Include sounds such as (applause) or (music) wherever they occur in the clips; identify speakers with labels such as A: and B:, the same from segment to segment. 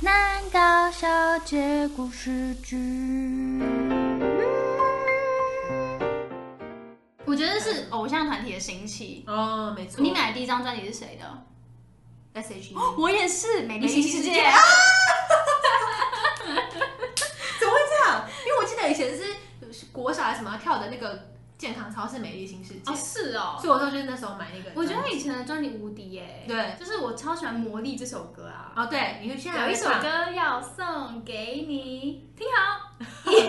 A: 难搞笑结故事剧。我觉得是偶像团体的兴起。
B: 哦，没错。
A: 你买的第一张专辑是谁的？
B: S H E？
A: 我也是，美丽
B: 美丽
A: 新
B: 新
A: 世
B: 世
A: 界
B: 界。怎么会这样？因为我记得以前是是国小还是什么跳的那个健康操是美丽新世界，
A: (laughs) 哦，是哦
B: 所以。我说就是那时候买那个。
A: 我觉得以前的专辑无敌耶、
B: 对，
A: 就是我超喜欢《魔力》这首歌
B: (laughs)
A: 啊。
B: 哦对，你现在
A: 有一首
B: 唱，
A: 歌要送给你，听
B: (laughs)
A: 好。 (laughs)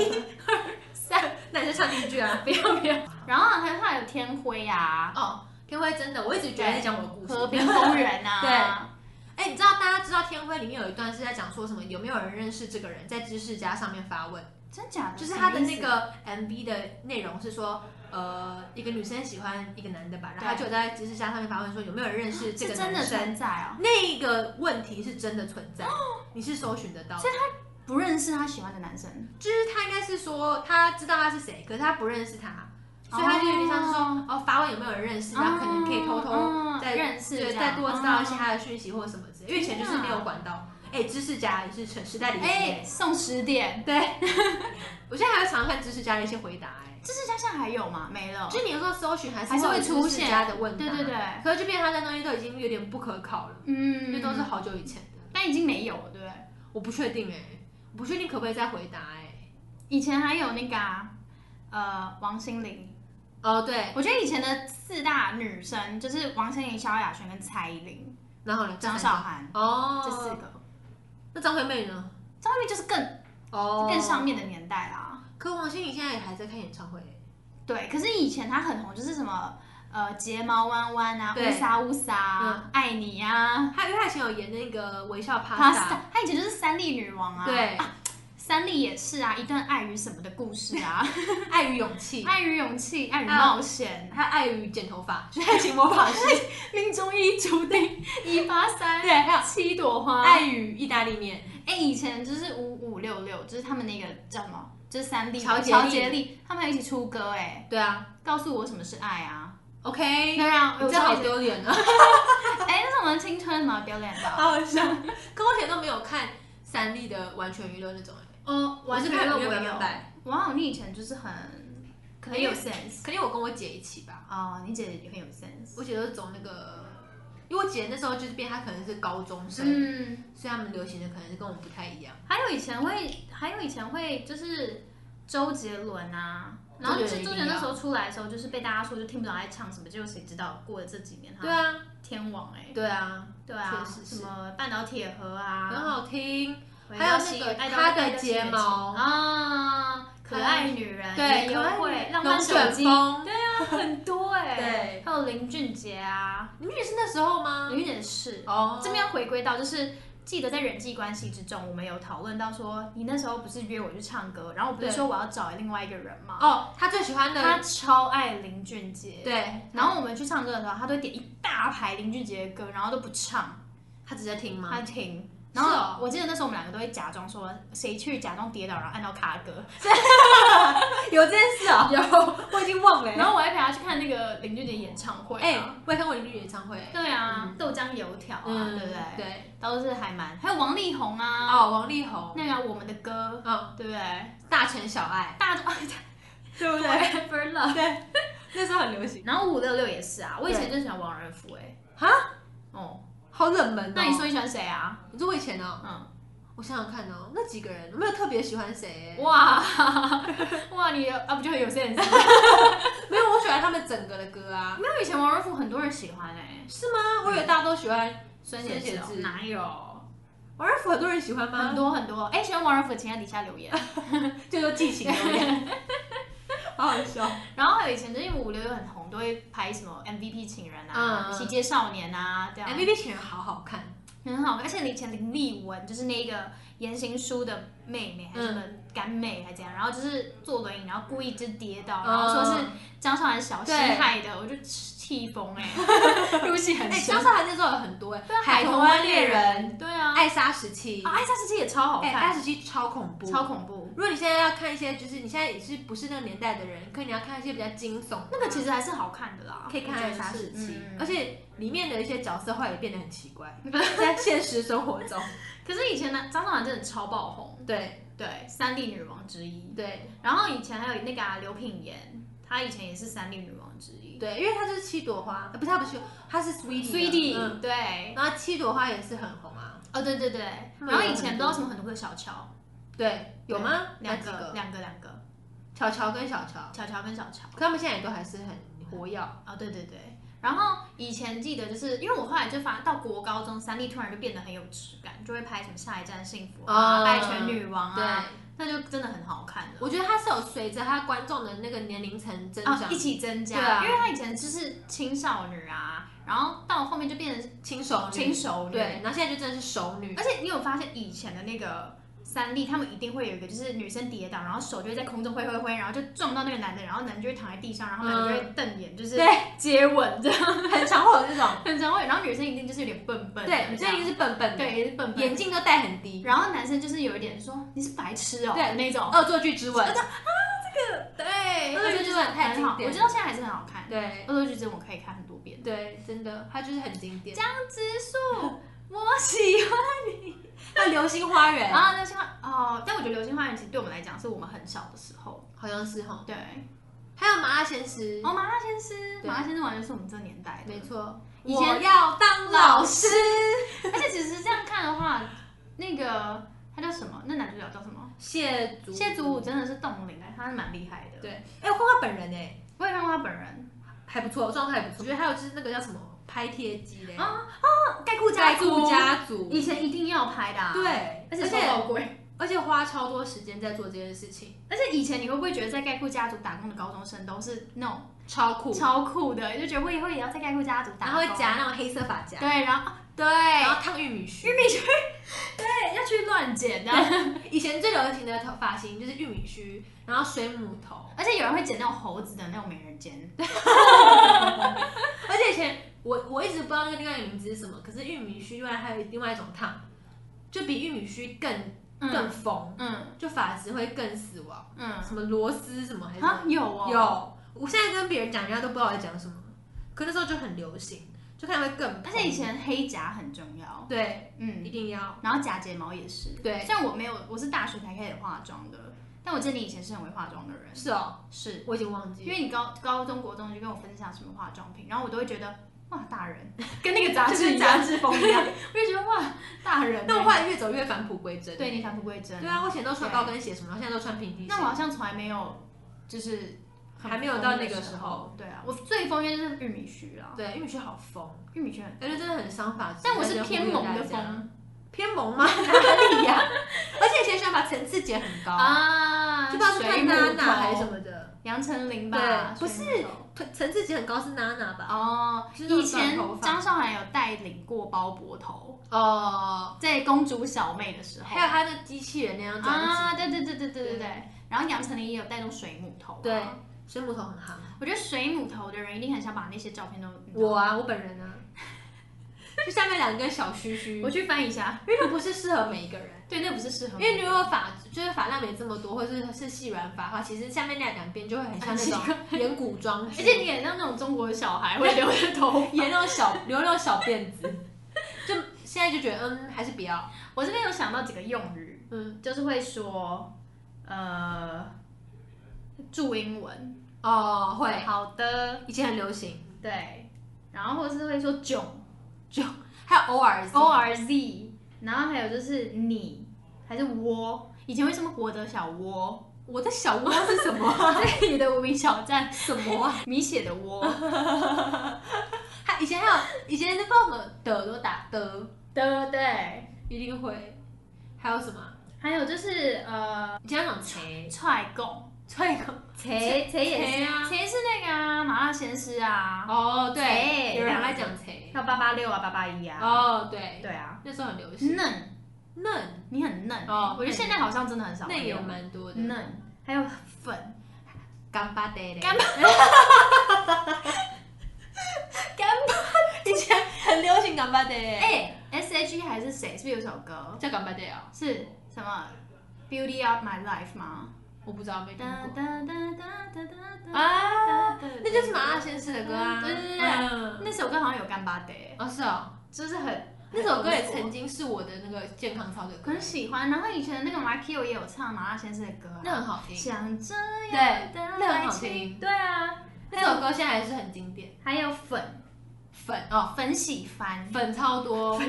B: 那你就唱第一句
A: (laughs)
B: 啊。
A: 不要不要。然后还还有天灰
B: (laughs)
A: 啊，
B: 哦，天辉真的，我一直觉得在讲我的故事。
A: 和平公园啊。
B: 对 (laughs) 哎、你知道大家知道天辉里面有一段是在讲说什么？有没有人认识这个人？在知识家上面发问，
A: 真假的？
B: 就是他的
A: 啊什么
B: 那
A: 意思
B: 个 MV 的内容是说，呃，一个女生喜欢一个男的吧，然后他就在知识家上面发问说有没有人认识这个
A: 是真
B: 男
A: 的
B: 生？
A: 存在哦，
B: 那个问题是真的存在，你是搜寻得到的。
A: 不认识他喜欢的男生，
B: 就是他应该是说他知道他是谁，可是他不认识他，所以他就有点像是说
A: 哦
B: 哦发问有没有人认识，然后可能可以偷偷
A: 嗯
B: 再
A: 认识这
B: 对，
A: 样，
B: 再多知道一些
A: 嗯。
B: 他的讯息或什么之类，因为以前就是没有管道。哎，知识家也是全时代里
A: 哎，
B: 面。
A: 送十点，
B: 对，我现在还会常看知识家的一些回答，哎，
A: 这是家现在还有吗？没了。
B: 哦就是你有时候搜寻还是
A: 还是
B: 会
A: 会
B: 有
A: 出
B: 知识
A: 现
B: 家的问答，
A: 对对对，
B: 可是就变成他的东西都已经有点不可考了，因为
A: 嗯，
B: 都是，好久以前的，
A: 但已经没有了，对不对？
B: 我不确定哎，我不确定可不可以再回答哎。
A: 以前还有那个啊呃王心凌，
B: 哦对，
A: 我觉得以前的四大女生就是王心凌、萧亚轩跟蔡依林、
B: 然后呢？
A: 张韶涵
B: 哦，
A: 这四个，
B: 那张惠妹呢？
A: 张惠妹就是更
B: 哦
A: 更上。面的年代啦。
B: 可王心凌现在也还在看演唱会欸，
A: 对，可是以前他很红，就是什么呃睫毛弯弯啊，
B: 对嗯
A: 乌沙乌沙啊，爱你啊
B: 她因为她以前有演那个微笑
A: ，Pasta，
B: Pasta，
A: 他以前就是三立女王啊，，
B: 对，
A: 三立也是啊，一段爱与什么的故事啊，
B: (laughs) 爱与勇气，
A: 爱与勇气，爱与
B: 嗯
A: 冒险，
B: 还有爱与剪头发， (laughs) 就是爱情魔法师，
A: 命中一注定，一八三，
B: 对，还有
A: 七朵花。哎、
B: 爱与意大利面，
A: 以前就是五五六六，就是他们那个叫什么，就是三立的
B: 乔杰
A: 乔
B: 利
A: 杰利，他们还一起出歌哎、
B: 对啊
A: 告诉我什么是爱啊？
B: ，OK，
A: 对啊，
B: 你
A: 我
B: 这
A: 超
B: 好
A: 级
B: 丢脸啊，
A: 哎、那是我们青春嘛，丢脸到。
B: (laughs) 好笑。可我以前都没有看三立的完全娱乐那种欸，
A: 哦，
B: 我是看娱乐百分百，
A: 哇，你以前就是很
B: 可
A: 很
B: 能
A: 有
B: 有，
A: sense
B: 可能我跟我姐一起吧，
A: 哦，你姐姐也很有 sense。
B: 我姐都是走那个，因为我姐那时候就是变，她可能是高中生，
A: 嗯，
B: 所以他们流行的可能是跟我们不太一样。
A: 还有以前会，还有以前会就是周杰伦啊，然后就
B: 周杰伦
A: 周
B: 一定
A: 杰伦那时候出来的时候，就是被大家说就听不懂他在唱什么，结果谁知道过了这几年他
B: 对啊，
A: 天王哎、
B: 对啊，
A: 对啊，
B: 确实是
A: 什么半岛铁盒啊，
B: 很好听。
A: 维
B: 还有
A: 多西
B: 那个
A: 爱到
B: 他的
A: 爱到西
B: 睫
A: 美
B: 毛
A: 啊，可爱女人，
B: 对，
A: 也有
B: 可爱
A: 会
B: 女
A: 浪漫
B: 龙
A: 手
B: 卷
A: 机，
B: 风，
A: 对啊，很多哎、
B: 对，
A: 还有林俊杰啊，
B: 你们也是那时候吗
A: 有？一点是。
B: 哦
A: 这边要回归到就是。记得在人际关系之中，我们有讨论到说，你那时候不是约我去唱歌，然后我不是
B: 对
A: 说我要找另外一个人吗？
B: 哦，他最喜欢
A: 他
B: 的
A: 超爱林俊杰，。
B: 对，
A: 然后我们去唱歌的时候，他都会点一大排林俊杰的歌，然后都不唱，
B: 他只在听吗？
A: 他听。
B: 是
A: 然
B: 哦
A: 后我记得那时候我们两个都会假装说谁去假装跌倒，然后按到卡歌。
B: 有这件事哦，
A: (laughs)
B: 有，我已经忘 (laughs) 了欸。
A: 然后我还陪他去看那个林俊杰演唱会、啊。
B: 哎，我也看过林俊杰演唱会欸，
A: 对啊，豆浆油条啊，
B: 嗯，
A: 对不对？
B: 对。
A: 都是还蛮，还有王力宏啊，
B: 哦，王力宏，
A: 那个我们的歌，
B: 嗯，
A: 对不对？
B: 大城小爱，
A: 大众，
B: 对不
A: ？Forever Love。
B: 对，那时候很流行。
A: 然后五六六也是啊，我以前
B: 对
A: 就喜欢王仁甫哎。
B: 哈？
A: 哦，
B: 好冷门哦。
A: 那你说，你喜欢谁啊？
B: 你说我以前哦，
A: 嗯，
B: 我想想看哦，那几个人，我没有特别喜欢谁欸， (laughs)
A: 哇哇，你啊不就很有 sense？没
B: 没有，我喜欢他们整个的歌啊。
A: 有，以前王仁甫很多人喜欢哎，
B: 是吗？我以为大家都喜欢
A: 孙
B: 孙
A: 贤
B: 贤
A: 志
B: 志
A: 哪有？
B: 王仁甫，很多人喜欢吗？
A: 很多很多，哎，喜欢王仁甫，请在底下留言。
B: 就说寄情留言， (laughs) 好好笑。
A: 然后还有以前就是因为五六六很红，都会拍什么 MVP 情人啊、
B: 嗯嗯
A: 西街少年啊这样。
B: MVP 情人好好看，
A: 很好看，而且以前林立文就是那个言行书的妹妹，还是什么
B: 嗯
A: 干妹，还怎样，然后就是坐轮椅，然后故意就跌倒，然后说是张韶涵小心
B: 哦对
A: 害的，我就气疯
B: (laughs)
A: 哎，入戏很
B: 哎，
A: 深
B: 江。少涵那时候有很多哎
A: 对啊，
B: 海
A: 海
B: 豚
A: 豚
B: 湾
A: 湾
B: 猎
A: 猎
B: 人、
A: 对啊，
B: 艾莎时期
A: 啊，，爱莎时期也超好
B: 哎，艾
A: 看，
B: 莎时期超恐怖，
A: 超。恐怖。
B: 如果你现在要看一些，就是你现在也是不是那个年代的人，可你要看一些比较惊悚，
A: 那个其实还是好看的啦，
B: 可以看
A: 我觉
B: 艾
A: 得
B: 莎
A: 是
B: 时期
A: 嗯， (laughs)
B: 而且里面的一些角色后来也变得很奇怪，在现实生活中，
A: 可是以前呢，张韶涵真的超爆红，
B: 对
A: 对，三立女王之一。
B: 对
A: 然后以前还有那个、啊、刘品言，她以前也是三立女王之一。
B: 对，因为她就是七朵花，呃不是她不是，她是 Sweetie 的
A: Sweetie，、
B: 嗯
A: 对，
B: 然后七朵花也是很红啊。
A: 哦对对对，
B: 他们
A: 然后
B: 有
A: 以
B: 很
A: 前不知
B: 多
A: 道什么很多个小乔，
B: 对，有吗？哪
A: 两
B: 几
A: 个
B: 个，
A: 两个两个，
B: 乔乔跟小乔，
A: 乔乔跟小乔。
B: 可他们现在也都还是很活跃。
A: 哦，对对对。然后以前记得就是因为我后来就发到国高中，三立突然就变得很有质感，就会拍什么《下一站幸福》啊，
B: 哦
A: 拜权女王》啊，那
B: 对，
A: 就真的很好看了。
B: 我觉得他是有随着他观众的那个年龄层增
A: 啊，
B: 长
A: 一，起增加，
B: 对啊
A: 因为她以前就是青少女啊，然后到后面就变成
B: 轻熟
A: 轻
B: 女，
A: 熟女，
B: 对，然后现在就真的是熟女
A: 而，且你有发现以前的那个三立，他们一定会有一个，就是女生跌倒，然后手就会在空中挥挥挥，然后就撞到那个男的，然后男的就会躺在地上，然后男的就会瞪眼，就是
B: 对
A: 接吻这样，
B: (laughs) 很常会有这种，
A: 很常会。然后女生一定就是有点笨笨的，
B: 对，女生一定
A: 是
B: 是笨笨的，
A: 对，也是笨笨
B: 眼
A: 的。
B: 镜都戴很低，
A: 然后男生就是有一点说你是白痴哦、
B: 对
A: 的那种，
B: 恶作剧之吻，
A: 对
B: 恶作剧之吻太
A: 很好
B: 经，典
A: 我知道现在还是很好看。
B: 对
A: 恶作剧之吻我可以看很多遍。
B: 对，真的，他就是很经典。
A: 植树， (laughs) 我喜欢
B: 那《流星花园》
A: 啊，流星花哦，但我觉得流星花园其实对我们来讲是我们很小的时候，
B: 好像是哈，
A: 对。
B: 还有《麻辣鲜师》，
A: 哦，麻辣鲜师，
B: 对
A: 麻辣鲜师完全是我们这年代的
B: 没。错，
A: 以前
B: 我要当老师，
A: 而且其实这样看的话，那个他叫什么？那男主角叫什么？
B: 谢祖
A: 谢祖武，真的是冻龄哎，他是蛮厉害的。，
B: 对，哎，我看过他本人哎，
A: 我也看过他本人。
B: 还不错，状态还不错。我觉得还有就是那个叫什么拍贴机的，
A: 啊盖库
B: 在顾哦家族，哦
A: 以前一定要拍的、啊。，
B: 对，
A: 而
B: 而
A: 且超
B: 且
A: 宝贵。
B: 而且花超多时间在做这件事情，
A: 而且以前你会不会觉得在盖库家族打工的高中生都是那种
B: 超酷。
A: 超酷的，就觉得我以后也要在盖库家族打
B: 然
A: 工。
B: 后会夹那种黑色发夹，
A: 对，然后啊对，
B: 然后烫玉米须。
A: 对要去乱剪的，
B: (laughs) 以前最流行的头发型就是玉米须，然后水母头。
A: 而且有人会剪那种猴子的那种美人尖。
B: 而且以前我我一直不知道那个另外一个名字是什么，可是玉米须另外还有另外一种烫，就比玉米须更更
A: 嗯
B: 疯，
A: 嗯
B: 就发质会更死亡，
A: 嗯，
B: 什么螺丝什么还是
A: 啊有哦，
B: 有。我现在跟别人讲，人家都不知道我在讲什么，可那时候就很流行，就看会更疯。
A: 而且以前黑夹很重要，
B: 对一
A: 嗯，
B: 定要
A: 然后夹睫毛也是。
B: 对
A: 虽然我没有，我是大学才开始化妆的，但我记得你以前是很会化妆的人，
B: 是哦，
A: 是
B: 我已经忘记
A: 因
B: 了，
A: 为你高高中国中就跟我分享什么化妆品，然后我都会觉得哇大人， (laughs) 跟那个杂
B: 就是
A: 志
B: 杂
A: 志风一 (laughs) 样，我就觉得哇大人欸、
B: 但我后来越走越返璞归真。
A: 对你返璞归真，
B: 对啊，我以前都穿高跟鞋什么，然后现在都穿平底鞋
A: 那我。好像从来没有就是很
B: 还没有到那
A: 疯
B: 个
A: 的
B: 时
A: 候，对啊，我最疯应该就是玉米须啦，
B: 对，玉米须好疯，
A: 玉米须很，
B: 感觉真的很伤发质。
A: 但我是
B: 就忽
A: 偏
B: 略
A: 萌的
B: 大家
A: 疯
B: 偏萌吗？哪里呀、而且以前喜欢把层次剪很高，
A: 啊
B: 就不知道是看娜娜还是什
A: 么
B: 么的，
A: 杨丞琳吧，
B: 对不是
A: 水母头
B: 层层次剪很高是娜娜吧？
A: 哦，
B: 就是那
A: 以
B: 种短
A: 前
B: 头发
A: 张韶涵有带领过包脖头，
B: 哦，
A: 在公主小妹的时候，
B: 还有她的机器人那张专辑，
A: 啊，对对对对对对对
B: 对。
A: 然后杨丞琳也有带动水母头、啊，
B: 对水母头很夯。
A: 我觉得水母头的人一定很想把那些照片都，你知道
B: 我啊，我本人 (laughs) 啊，就下面两根小须须，
A: 我
B: 因
A: 去翻一下，
B: 为那不是适合每一个人。
A: 对，那不是适合你，
B: 因为你如果发就是发量没这么多，或者是是细软发的话，其实下面那两边就会很像那
A: 很
B: 种演古装
A: 啊而
B: 剧，
A: 且你也像那种中国小孩会留的头
B: (laughs) 。演那种小留那种小辫子，就现在就觉得嗯还是不要，
A: 我这边有想到几个用语，
B: 嗯
A: 就是会说，呃，注英文，
B: 哦会，
A: 好的，
B: 以前很流行，
A: 对，然后或是会说囧
B: 还有 O R Z，
A: O R Z，然后还有就是你还是窝，以前为什么我的小窝，
B: 我的小窝是什么？啊
A: 这里的无名小站，
B: (laughs) 什么啊？
A: 米血的窝
B: 还以前还有以前是不知道什么的都打的，
A: 的，对，
B: 一定会。还有什么啊？
A: 还有就是呃，
B: 以前那种切
A: 踹拱，
B: 踹狗
A: 切切也是，
B: 切啊
A: 切是那个啊，麻辣鲜师啊，
B: 哦对，
A: 切
B: 有人来讲切
A: 要八八六啊，八八一啊，
B: 哦对，
A: 对啊，
B: 那时候很流行
A: 嫩，
B: 嫩
A: 你很嫩
B: 哦
A: 我觉得现在好像真的很少
B: 嫩
A: 会
B: 也
A: 用
B: 蛮多的，
A: 嫩，还有粉，
B: 干巴爹嘞，
A: 干
B: 巴 (laughs) 干巴，以前很流行干巴爹嘞，
A: 哎，S H E 还是谁？是不是有首歌
B: 叫干巴爹啊？
A: 是什么？Beauty of My Life 吗？
B: 我不知道没听
A: 哒
B: 过
A: 哒哒哒哒哒哒
B: 啊，
A: 哒哒，
B: 那就是麻辣鲜师的歌啊，
A: 对对对
B: 嗯
A: 那首歌好像有干巴爹，
B: 哦是哦。
A: 就是很
B: 那首歌也
A: 还不错
B: 曾经是我的那个健康操的歌，
A: 很喜欢，然后以前那个 m a k i o 也有唱马大先生的歌啊，
B: 那很好听，
A: 想这样
B: 对
A: 的
B: 那
A: 爱
B: 很好
A: 情，
B: 听
A: 对啊，
B: 那首歌现在还是很经典。
A: 还有粉
B: 粉哦，
A: 粉喜番，
B: 粉超多，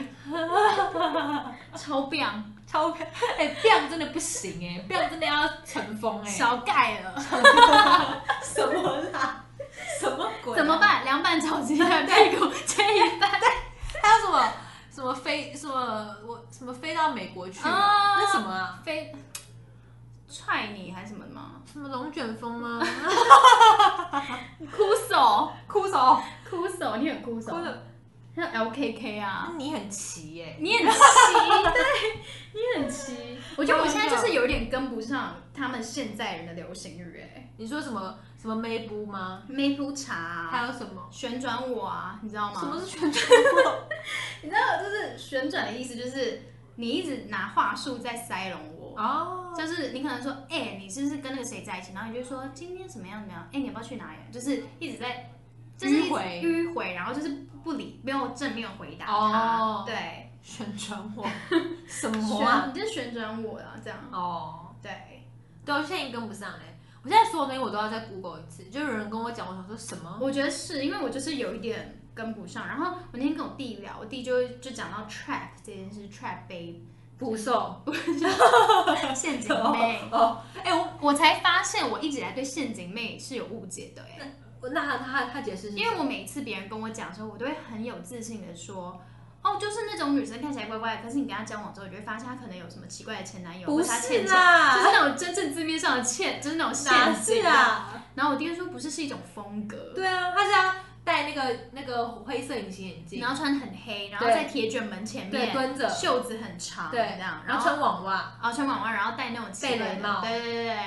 A: 超棒，
B: 超 (laughs) 哎 b i 真的不行哎 b i 真的要成风哎，
A: 小盖 (laughs) 了，
B: 什么啦？什么鬼
A: (laughs)
B: 啊
A: 怎么？办？凉拌炒鸡蛋屁股这一半，
B: 还有什么什么飞什么我什么飞到美国去
A: 哦
B: 啊？那什么啊？
A: 飞踹你还是什么的吗？
B: 什么龙卷风吗？ (laughs)
A: 哭手，
B: 哭手，
A: 哭手，你很哭手
B: 哭，的，
A: 像 LKK 啊。
B: 那你很奇耶。
A: 你很奇，对，你很奇。 (laughs) 我觉得我现在就是有点跟不上他们现在人的流行语、哎，
B: 你说什么什么 Maybe 吗？
A: 梅普茶、啊，
B: 还有什么？
A: 旋转我啊，你知道吗？
B: 什么是旋转？
A: 你知道，就是旋转的意思，就是你一直拿话术在塞拢我。
B: 哦，
A: 就是你可能说，哎、你是不是跟那个谁在一起？然后你就说今天怎么样怎么样？哎、你要不要去哪里啊？就是一直在，就是一直
B: 迂回
A: 迂回，然后就是不理，没有正面回答他。
B: 哦
A: 对，
B: 旋转我什么啊？
A: 旋，你就旋转我啊，这样。
B: 哦。
A: 对，
B: 对，我现在已经跟不上嘞。我现在所有东西我都要再 Google 一次，就有人跟我讲，我想说什么？
A: 我觉得是因为我就是有一点跟不上，然后我那天跟我弟聊，我弟就就讲到 trap 这件事，trap babe
B: 捕兽
A: 陷阱妹，
B: (laughs) 哦，哎、我
A: 我才发现我一直以来对陷阱妹是有误解的哎，
B: 我那他他他解释是什么，
A: 因为我每次别人跟我讲的时候，我都会很有自信的说。哦，就是那种女生看起来乖乖的，可是你跟她交往之后，你就会发现她可能有什么奇怪的前男友，
B: 不
A: 或她
B: 是
A: 欠钱，就
B: 啦，
A: 是那种真正字面上的欠，就是那种
B: 哪
A: 陷
B: 是啊
A: 阱。啊
B: 啦？
A: 然后我弟就说不是，是一种风格，
B: 对啊，他是要戴那个那个灰色隐形眼镜
A: 然，后穿很黑，然后
B: 对
A: 在铁卷门前面
B: 对，蹲着，
A: 袖子很长，
B: 对
A: 这样，
B: 然
A: 然
B: 后
A: 后
B: 穿网袜。
A: 然后穿网袜，然后戴那种奇怪
B: 贝
A: 的
B: 雷帽
A: 对对对对。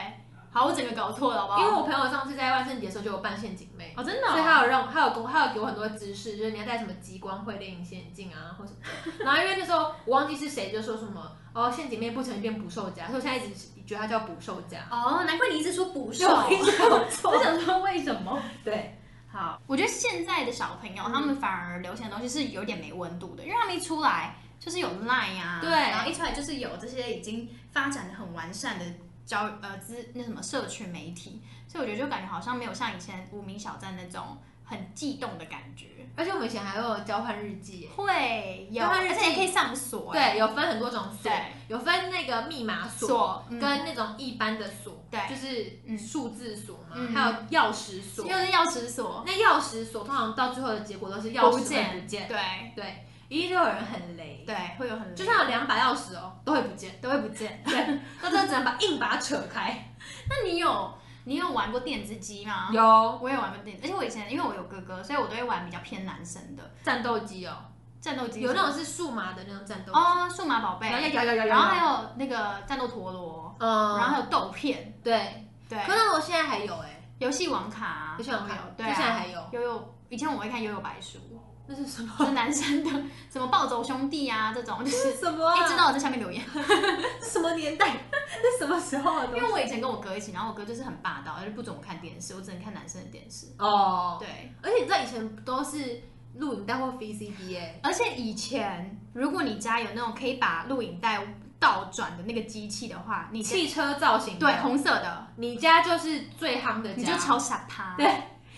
A: 好，我整个搞错了，好不好？
B: 因为我朋友上次在万圣节的时候就有扮陷阱妹。
A: 哦，真的哦、
B: 所以他有让，他有给我，他有给我很多知识，就是你要戴什么激光灰的隐形眼镜
A: (laughs)
B: 啊，或什么的。然后因为那时候我忘记是谁就说什么哦，陷阱妹不曾变捕兽夹，所以我现在一直觉得它叫捕兽夹。
A: 哦，难怪你一直说捕兽，
B: 我一直搞
A: 我
B: 错。
A: 想 (laughs) 说为什么？
B: 对，
A: 好，我觉得现在的小朋友、
B: 嗯
A: 他们反而流行的东西是有点没温度的，因为他们一出来就是有 Line 啊，
B: 对
A: 然后一出来就是有这些已经发展的很完善的交呃资那什么社群媒体，所以我觉得就感觉好像没有像以前无名小站那种很悸动的感觉。
B: 而且我们以前还有交换日记耶，
A: 会有，
B: 但它是
A: 而且也可以上锁、欸，
B: 对，有分很多种锁，
A: 对
B: 有分那个密码锁
A: 锁
B: 跟
A: 嗯
B: 那种一般的锁，
A: 对
B: 就是
A: 嗯
B: 数字锁嘛，
A: 嗯
B: 还有钥匙锁。
A: 又是钥匙锁，
B: 那钥匙锁通常到最后的结果都是钥匙
A: 不
B: 会
A: 见
B: 不见，
A: 对
B: 对，一定都有人很雷，
A: 对，会有很
B: 就算有两把钥匙哦，都会不见，
A: 都会不见。
B: 对，那真的只能把硬把它扯开。
A: (laughs) 那你有你有玩过电子机吗？
B: 有
A: 我也哦玩过电子，而且我以前因为我有哥哥，所以我都会玩比较偏男生的
B: 战斗机哦，
A: 战斗机，
B: 有那种是数码的那种战斗机，
A: 哦数码宝贝，
B: 然后要摇摇摇摇，
A: 然后还有那个战斗陀螺，
B: 嗯，
A: 然后还有豆片，
B: 对，
A: 对，
B: 可是我现在还有哎。
A: 游戏王卡啊，
B: 不像我有，
A: 都有
B: 就
A: 对
B: 现在
A: 啊，
B: 还有，
A: 悠悠，以前我会看悠悠白书，
B: 那是什
A: (laughs) 就
B: 么？
A: 是男生的什么暴走兄弟啊这种， (laughs) 就是
B: 什么
A: 哎
B: 啊？
A: 知道我在下面留言。
B: 这什么年代？ (laughs) 这什么时候的
A: 因为我以前跟我哥一起，然后我哥就是很霸道，他就不准我看电视，我只能看男生的电视。
B: 哦，
A: 对，
B: 而且你知道以前都是录影带或 VCD 哎、
A: 而且以前如果你家有那种可以把录影带倒转的那个机器的话，你家
B: 汽车造型的
A: 对红色的，
B: 你家就是最夯的家，
A: 你就超傻趴，
B: 对，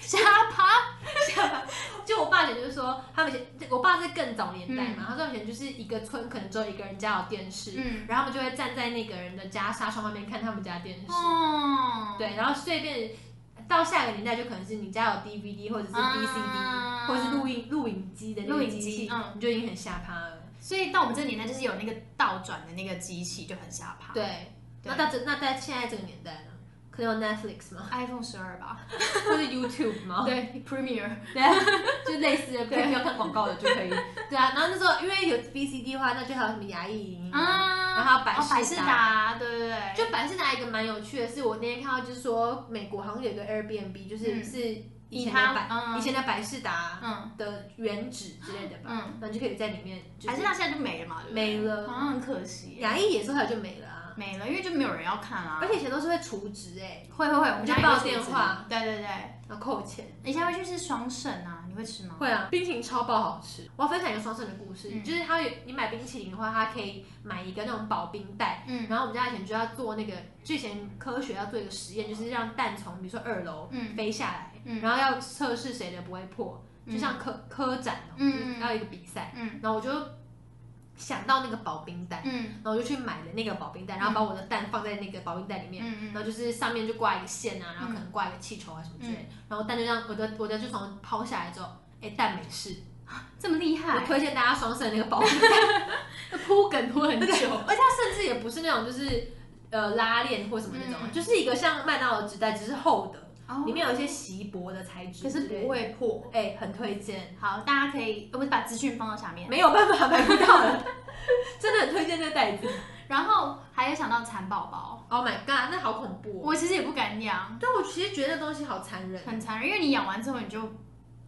A: 傻趴，
B: 就我爸以前就是说，他们以前我爸是更早年代
A: 嗯
B: 嘛，他说以前就是一个村可能只有一个人家有电视，
A: 嗯，
B: 然后他们就会站在那个人的家纱窗外面看他们家电视，
A: 哦，
B: 对，然后随便到下个年代就可能是你家有 DVD 或者是 VCD，、
A: 啊
B: 或者是录音录影机的那
A: 录
B: 个
A: 影
B: 机器，
A: 机嗯
B: 你就已经很吓趴了。
A: 所以到我们这个年代就是有那个倒转的那个机器就很傻趴，
B: 对，
A: 对
B: 那到这那在现在这个年代呢，可能有 Netflix 吗，
A: ，iPhone 十二吧，
B: 或者 YouTube 吗？
A: 对，Premiere，
B: (laughs) 对啊，就类似的，不
A: 对
B: 用看广告的就可以。对啊，然后那时候因为有 VCD 的话，那就还有什么牙医营啊，然
A: 啊，
B: 后百
A: 哦百
B: 事
A: 事
B: 达。
A: 达，对对对，
B: 就百事达一个蛮有趣的是，我那天看到就是说美国好像有一个 Airbnb，就是、
A: 嗯
B: 是以
A: 以
B: 前
A: 他
B: 的百、
A: 嗯
B: 以前的百事达
A: 嗯
B: 的原址之类的吧，
A: 嗯，
B: 然后就可以在里面就
A: 百事
B: 是
A: 达现在就没了嘛，对不对
B: 没了
A: 好像很可惜，
B: 牙医也是后来就没了啊，
A: 没了，因为就没有人要看啦、
B: 而且以前都是会除值哎、
A: 会会会，我们
B: 就
A: 家也
B: 报
A: 会
B: 电
A: 组织
B: 话，
A: 对对对，
B: 然后扣钱。
A: 以前会去吃双盛啊，你会吃吗？
B: 会啊，冰淇淋超爆好吃。我要分享一个双生的故事，
A: 嗯
B: 就是它有你买冰淇淋的话，它可以买一个那种保冰袋。
A: 嗯
B: 然后我们家以前就要做那个，就以前科学要做一个实验，就是让蛋从比如说二楼
A: 嗯
B: 飞下来，
A: 嗯
B: 然后要测试谁的不会破，
A: 嗯
B: 就像科科展哦，
A: 嗯
B: 就是要一个比赛。
A: 嗯
B: 然后我就想到那个保冰袋，
A: 嗯
B: 然后我就去买了那个保冰袋，然后把我的蛋放在那个保冰袋里面。
A: 嗯
B: 然
A: 嗯
B: 后就是上面就挂一个线啊，然后可能挂一个气球啊什么之类的，
A: 嗯
B: 然后蛋就这样，我的我的就从抛下来之后，哎，蛋没事。
A: 这么厉
B: 我
A: 害，
B: 推荐大家双色的那个
A: (laughs)
B: 保冰袋，那铺梗铺很久，而且它甚至也不是那种就是呃拉链或什么那种，
A: 嗯
B: 就是一个像麦当劳的纸袋，只是厚的，
A: 哦
B: 里面有一些稀薄的材质，
A: 可是不。会破。
B: 哎、很推荐，
A: 好，大家可以，我把资讯放到下面。
B: 没有办法买不到了， (laughs) 真的很推荐这袋子。
A: 然后还有想到蚕宝宝，
B: Oh my god，那好恐怖、哦！
A: 我其实也不敢养，
B: 但我其实觉得那东西好残忍，
A: 很残忍，因为你养完之后你就，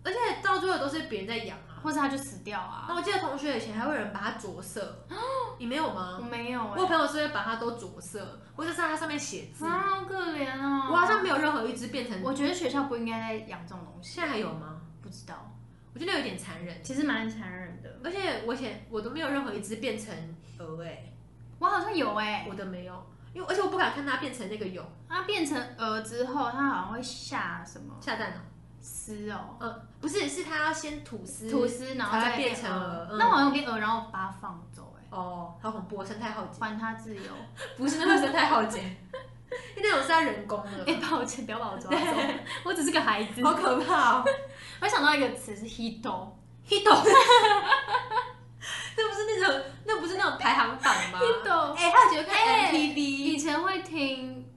B: 而且到最后都是别人在养啊。
A: 或者它就死掉啊。
B: 那我记得同学以前还会有人把它
A: (gasps)
B: 着色，你没有
A: 我
B: 吗？
A: 没有
B: 我
A: 哎、
B: 有朋友是会把它都着色，或者是在它上面写字。
A: 啊，好可怜哦。
B: 我好像没有任何一只变成，
A: 我觉得学校不应该再养这种东西，
B: 现在还有吗？
A: 不知道，
B: 我觉得有点残忍，
A: 其实蛮残忍的。
B: 而且我以前我都没有任何一只变成鹅哎、
A: 我好像有哎、
B: 我的没有，因为而且我不敢看它变成那个蛹
A: 它变成鹅之后，它好像会下什么
B: 下蛋了、
A: 丝哦，
B: 不是，是它要先吐丝，
A: 吐丝，然后
B: 才
A: 再
B: 变
A: 成
B: 成
A: 鹅
B: 鹅。
A: 那我好像变鹅，然后把它放走哎、
B: 哦，好恐怖哦，生态浩
A: (laughs)
B: 劫，
A: 还它自由。
B: 不是那个生态浩劫，因为那种是它人工
A: (laughs)
B: 的，
A: 哎、抱歉，不要把我抓走， (laughs) 我只是个孩子。
B: 好可怕哦。
A: 我想到一个词是 hito。
B: Hito，那不是那种，那不是那种排行榜吗
A: hito，
B: 哎、他有觉得
A: 哎
B: 看 MTV，、
A: 以前会听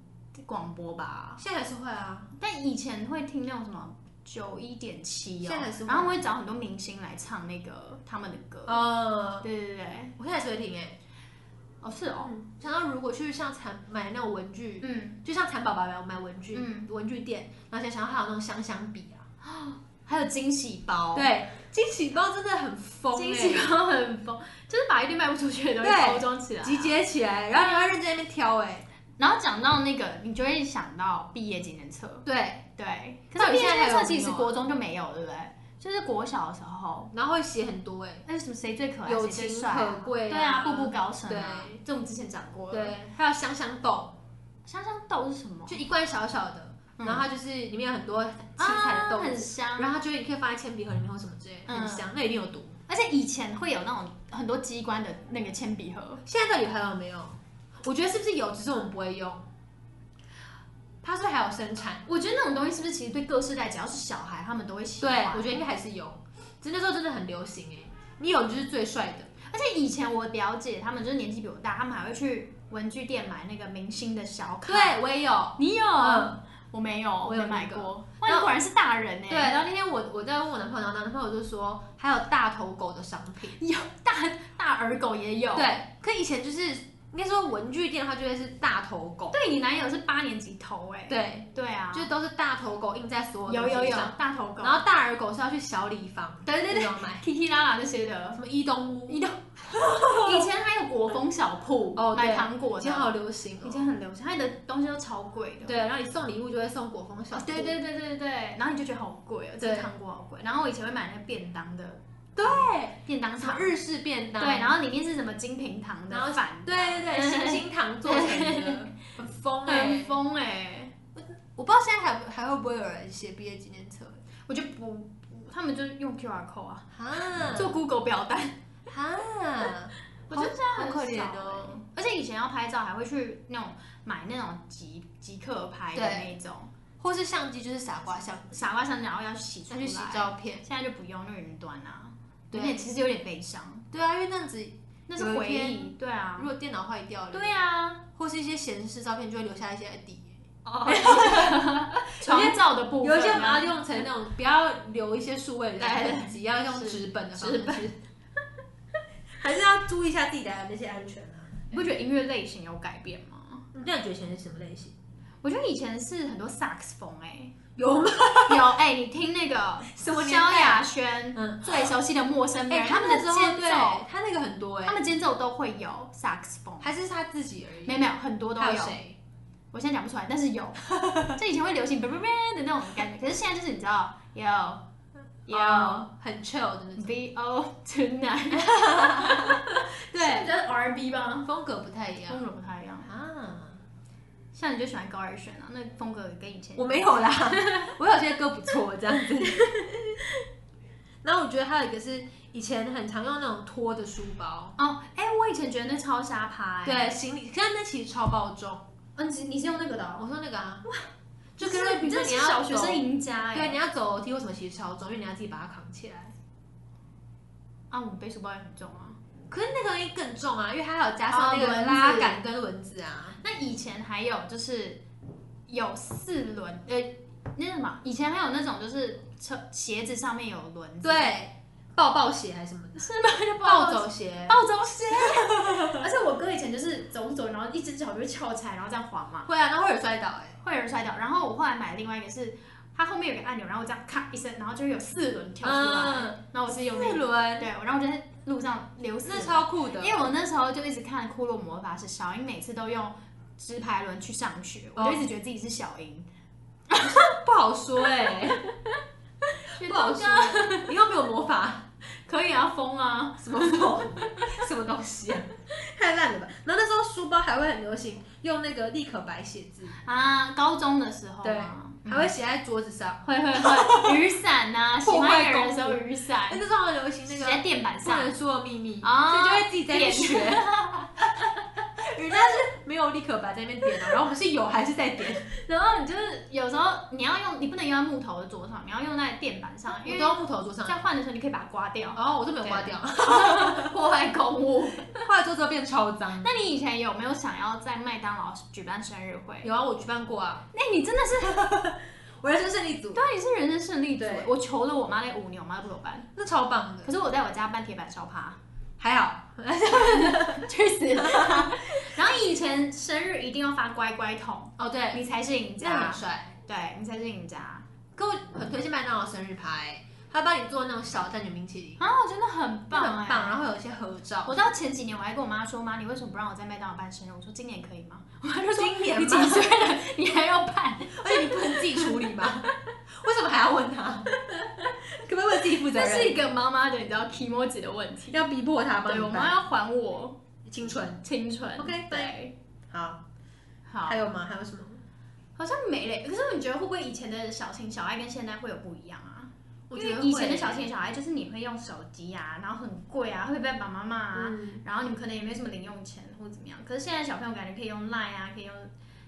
A: 广播吧，
B: 现在还是会啊。
A: 但以前会听那种什么九一点七
B: 现在还是
A: 哦，
B: 会
A: 然后会哦找很多明星来唱那个他们的歌。
B: 呃，
A: 对对对，
B: 我现在还是会听哎、
A: 哦是哦，
B: 嗯，想到如果去像蚕买那种文具，
A: 嗯，
B: 就像蚕宝宝一样买文具，
A: 嗯
B: 文具店，然后想想到还有那种香香笔啊，
A: 还有惊喜包，，
B: 对，惊喜包真的很疯、欸，
A: 惊喜包很疯，就是把一堆卖不出去的东西
B: 对
A: 包装起来。
B: (laughs) 集结起来，然后你要认真在那边挑哎、
A: 然后讲到那个，你就会想到毕业纪念册，
B: 对，
A: 对，可
B: 到
A: 是
B: 底
A: 毕业纪
B: 现在还
A: 念
B: 有
A: 册
B: 没
A: 其实
B: 有啊
A: 国中就没有，对不对？就是国小的时候，
B: 然后会写很多哎、
A: 那什么谁最可爱，
B: 友
A: 谁最
B: 情
A: 帅啊
B: 可贵、
A: 对啊，步步高升啊
B: 对，
A: 这我们之前讲过了。
B: 对，还有香香豆，
A: 香香豆是什么？
B: 就一罐小小的，
A: 嗯
B: 然后它就是里面有很多七彩的
A: 啊，
B: 豆
A: 很
B: 子，
A: 香。
B: 然后它就是你可以放在铅笔盒里面或什么之类，
A: 嗯
B: 很香，那一定有毒。
A: 而且以前会有那种很多机关的那个铅笔盒，
B: 现在到底还有没有？我觉得是不是有，只是我们不会用。它是不是还有生产，
A: 我觉得那种东西是不是其实对各世代，只要是小孩，他们都会喜
B: 对
A: 欢。
B: 我觉得应该还是有。只是那时候真的很流行哎、你有就是最帅的，
A: 而且以前我表姐他们就是年纪比我大，他们还会去文具店买那个明星的小卡。，
B: 对我也有。
A: 你有？
B: 嗯
A: 我没有，
B: 我有
A: 没买
B: 那个
A: 过。哇，你果然是大人呢、欸
B: 对，然后那天我我在问我男朋友，然后男朋友就说还有大头狗的商品，
A: 有大大耳狗也有。，
B: 对，可以前就是应该说文具店它就会是大头狗，
A: 对你男友是八年级头哎、
B: 对，
A: 对啊，
B: 就都是大头狗印在所
A: 有
B: 有
A: 有
B: 东西
A: 有
B: 上，
A: 大头狗，
B: 然后大耳狗是要去小礼房，
A: 对对对
B: 那种买
A: ，T T 啦啦这些的。 (laughs)
B: 什么伊东屋，
A: 伊东以前还有国风小铺
B: 哦对
A: 买糖果
B: 以
A: 的
B: 前，好流行
A: 以
B: 哦。
A: 前很流行，它的东西都超贵的。
B: 对，然后你送礼物就会送果风小
A: 哦
B: 兔，
A: 对对对对对，然后你就觉得好贵哦，这个
B: 对
A: 糖果好贵。然后我以前会买那个便当的
B: 对，
A: 便当
B: 什么
A: 糖，
B: 日式便
A: 对，
B: 当，
A: 然后里面是什么金平糖
B: 然
A: 的
B: 后
A: 饭，
B: 对对 (laughs) 对，星星糖做成的，很疯哎、
A: 很疯哎。
B: 我不知道现在还还会不会有人写毕业纪念册
A: 我就不，他们就是用 QR code 啊，
B: 啊
A: 做 Google 表单，
B: (laughs) 啊，
A: 我觉得这样
B: 好
A: 很
B: 可怜
A: 少
B: 哦
A: 欸。而且以前要拍照还会去那种买那种即即刻拍的
B: 对
A: 那种
B: 或是相机就是傻瓜相，
A: 傻瓜相机，然后要洗出
B: 再
A: 来，
B: 去洗照片。
A: 现在就不用，那云端啊，有
B: 对
A: 点其实有点悲伤，
B: 对啊，因为那样子
A: 那是回
B: 有一
A: 忆，对啊
B: 如，果电脑坏掉了，
A: 对啊，
B: 或是一些闲置照片就会留下一些底。
A: 哦， (laughs) 床照的部分啊，
B: 有一些把它用成那种，不要留一些数位的
A: 对
B: 痕迹，要用
A: 是
B: 纸本的方
A: 纸
B: 式， (laughs) 还是要注意一下自己的那些安全啊。
A: 你不觉得音乐类型有改变吗？
B: 你那你觉得以前是什么类型？
A: 我觉得以前是很多萨克斯风 (laughs) 哎、
B: 有吗？
A: 有哎、你听那个
B: 什么
A: 萧
B: 年代啊
A: 亚轩
B: 嗯，
A: 最熟悉的陌生
B: 哎、
A: 人，他
B: 他们
A: 们
B: 的
A: 的
B: 之
A: 间
B: 后对
A: 奏，，
B: 他那个很多哎、
A: 他们间奏都会有萨克斯风，
B: 还是他自己而已。
A: 没有没有很多都
B: 还有
A: 有，
B: 谁？
A: 我现在讲不出
B: (laughs)
A: 来，但是有，就以前会流行的那种感觉，可是现在就是你知道有 Yo
B: 哦很 chill 的那种，
A: V O (laughs) tonight，
B: 对，
C: 比较 R B 吧。
B: 风格不太一样
A: 风格不太一样。
B: 啊。
A: 像你就喜欢高二选啊，那风格跟以前
B: 我没有啦， (laughs) 我有些歌不错这
A: (laughs)
B: 样子。然后我觉得还有一个是以前很常用那种拖的书包，
A: 哦，哎、我以前觉得那超瞎欸拍、
B: 对，行李，现在那其实超爆重。
C: 嗯，你你是用那个的哦、
B: 我说那个啊，
A: 就
B: 就是是比
A: 你
B: 如
A: 这
B: 说
A: 是
B: 你要
A: 小学
B: 走
A: 生赢家哎、
B: 对，你要走楼梯为什么其实超重？因为你要自己把它扛起来。
A: 啊，我们背书包也很重啊。
B: 可是那个东西更重啊，因为它还有加上那
A: 哦轮
B: 个
A: 子
B: 拉杆跟轮子啊。
A: 那以前还有就是有四轮，呃，那什么，以前还有那种就是车鞋子上面有轮子，，
B: 对，抱抱鞋还是什么的，
A: 是吗？就
B: 暴
A: 走
B: 走鞋。
A: 暴走 (laughs) 鞋，
C: 而且我哥以前就是走走，然后一只脚就会翘起来，然后这样滑嘛。
B: 会啊，那会有摔倒哎、
A: 会有人摔倒。然后我后来买另外一个是，它后面有个按钮，然后我这样咔一声，然后就会有四轮跳出来。
B: 嗯，
A: 然后我是用那
B: 四
A: 个，
B: 轮，
A: 对，然后我就在路上流四
B: 那
A: 轮。
B: 超酷的。
A: 因为我那时候就一直看《骷髅魔法使》，小樱每次都用直排轮去上学，我
B: 哦
A: 就一直觉得自己是小樱。
B: 不好说哎、 (laughs) 不好
A: 觉
B: 说
A: 得，
B: 你又没有魔法，
A: 可以啊，疯啊！
B: 什么 (laughs) 魔，什么东西啊，太烂了吧！然后那时候书包还会很流行用那个立可白写字，
A: 啊，高中的时候、啊，
B: 还会写在桌子上。
A: 会会会，雨伞呐、喜
B: (laughs) 破
A: 欢
B: 坏
A: 一个人的
B: 公
A: 时候
B: 物
A: 雨
B: 哎、
A: 伞，
B: 那时候很流行
A: 写
B: 那
A: 在
B: 个
A: 垫板
B: 不
A: 上，
B: 能说的秘密，
A: 哦
B: 所以就会自己在那边
A: 点
B: 学。 (laughs) 人家是没有立可白在那边点的，哦然后我们是有还是在点，
A: 然后你就是有时候你要用，你不能用在木头的桌上，你要用在垫板上，
B: 我
A: 因
B: 都
A: 为
B: 要木头桌上。
A: 在换的时候你可以把它刮掉，
B: 然后哦我都没有刮掉， (laughs)
A: 破坏公物。
B: 后来桌子变超脏。
A: (laughs) 那你以前有没有想要在麦当劳举办生日会？
B: 有啊，我举办过啊，
A: 那、你真的是
B: 我人生胜利组，
A: 对啊，你是人生胜利组
B: 对
A: 欸。我求了我妈那五年，我妈都不怎么办。
B: 那超棒的，
A: 可是我在我家办铁板烧 (laughs) 趴，
B: 还好。
A: 去死！ (laughs) 然后以前生日一定要发乖乖桶，
B: 哦，对，啊
A: 你才是赢
B: 这样
A: 家
B: 很，帅。
A: 对你才是赢家。
B: 可我很推荐麦当劳生日牌，他帮你做那种小蛋卷冰淇淋，
A: 啊，我真的很棒
B: 很
A: 哎、
B: 棒。欸然后有一些合照，
A: 我到前几年我还跟我妈说，妈，你为什么不让我在麦当劳办生日？我说今年可以吗？我妈就说
B: 今年
A: 你
B: 吗
A: 几岁了，你还要办？
B: 而且你不能自己处理 (laughs) 吗？为什么还要问他？可不可以为自己负责
A: (laughs) 这
B: 任？
A: 是一个妈妈的，你知道 k i m o j i 的问题。
B: 要逼迫他帮
A: 对
B: 你
A: 我妈
B: 办
A: 要还我
B: 青春。
A: 青春。
B: OK，
A: 对，
B: 好，
A: 好
B: 还。有吗？还有什么？
A: 好像没嘞。可是你觉得会不会以前的小情小爱跟现在会有不一样啊？
B: 我
A: 因
B: 觉
A: 为
B: 得
A: 以前的小
B: 青，
A: 情小爱就是你会用手机啊，然后很贵啊，会被爸爸妈妈啊，
B: 嗯，
A: 然后你们可能也没什么零用钱或怎么样。可是现在小朋友感觉可以用 Line 啊，可以用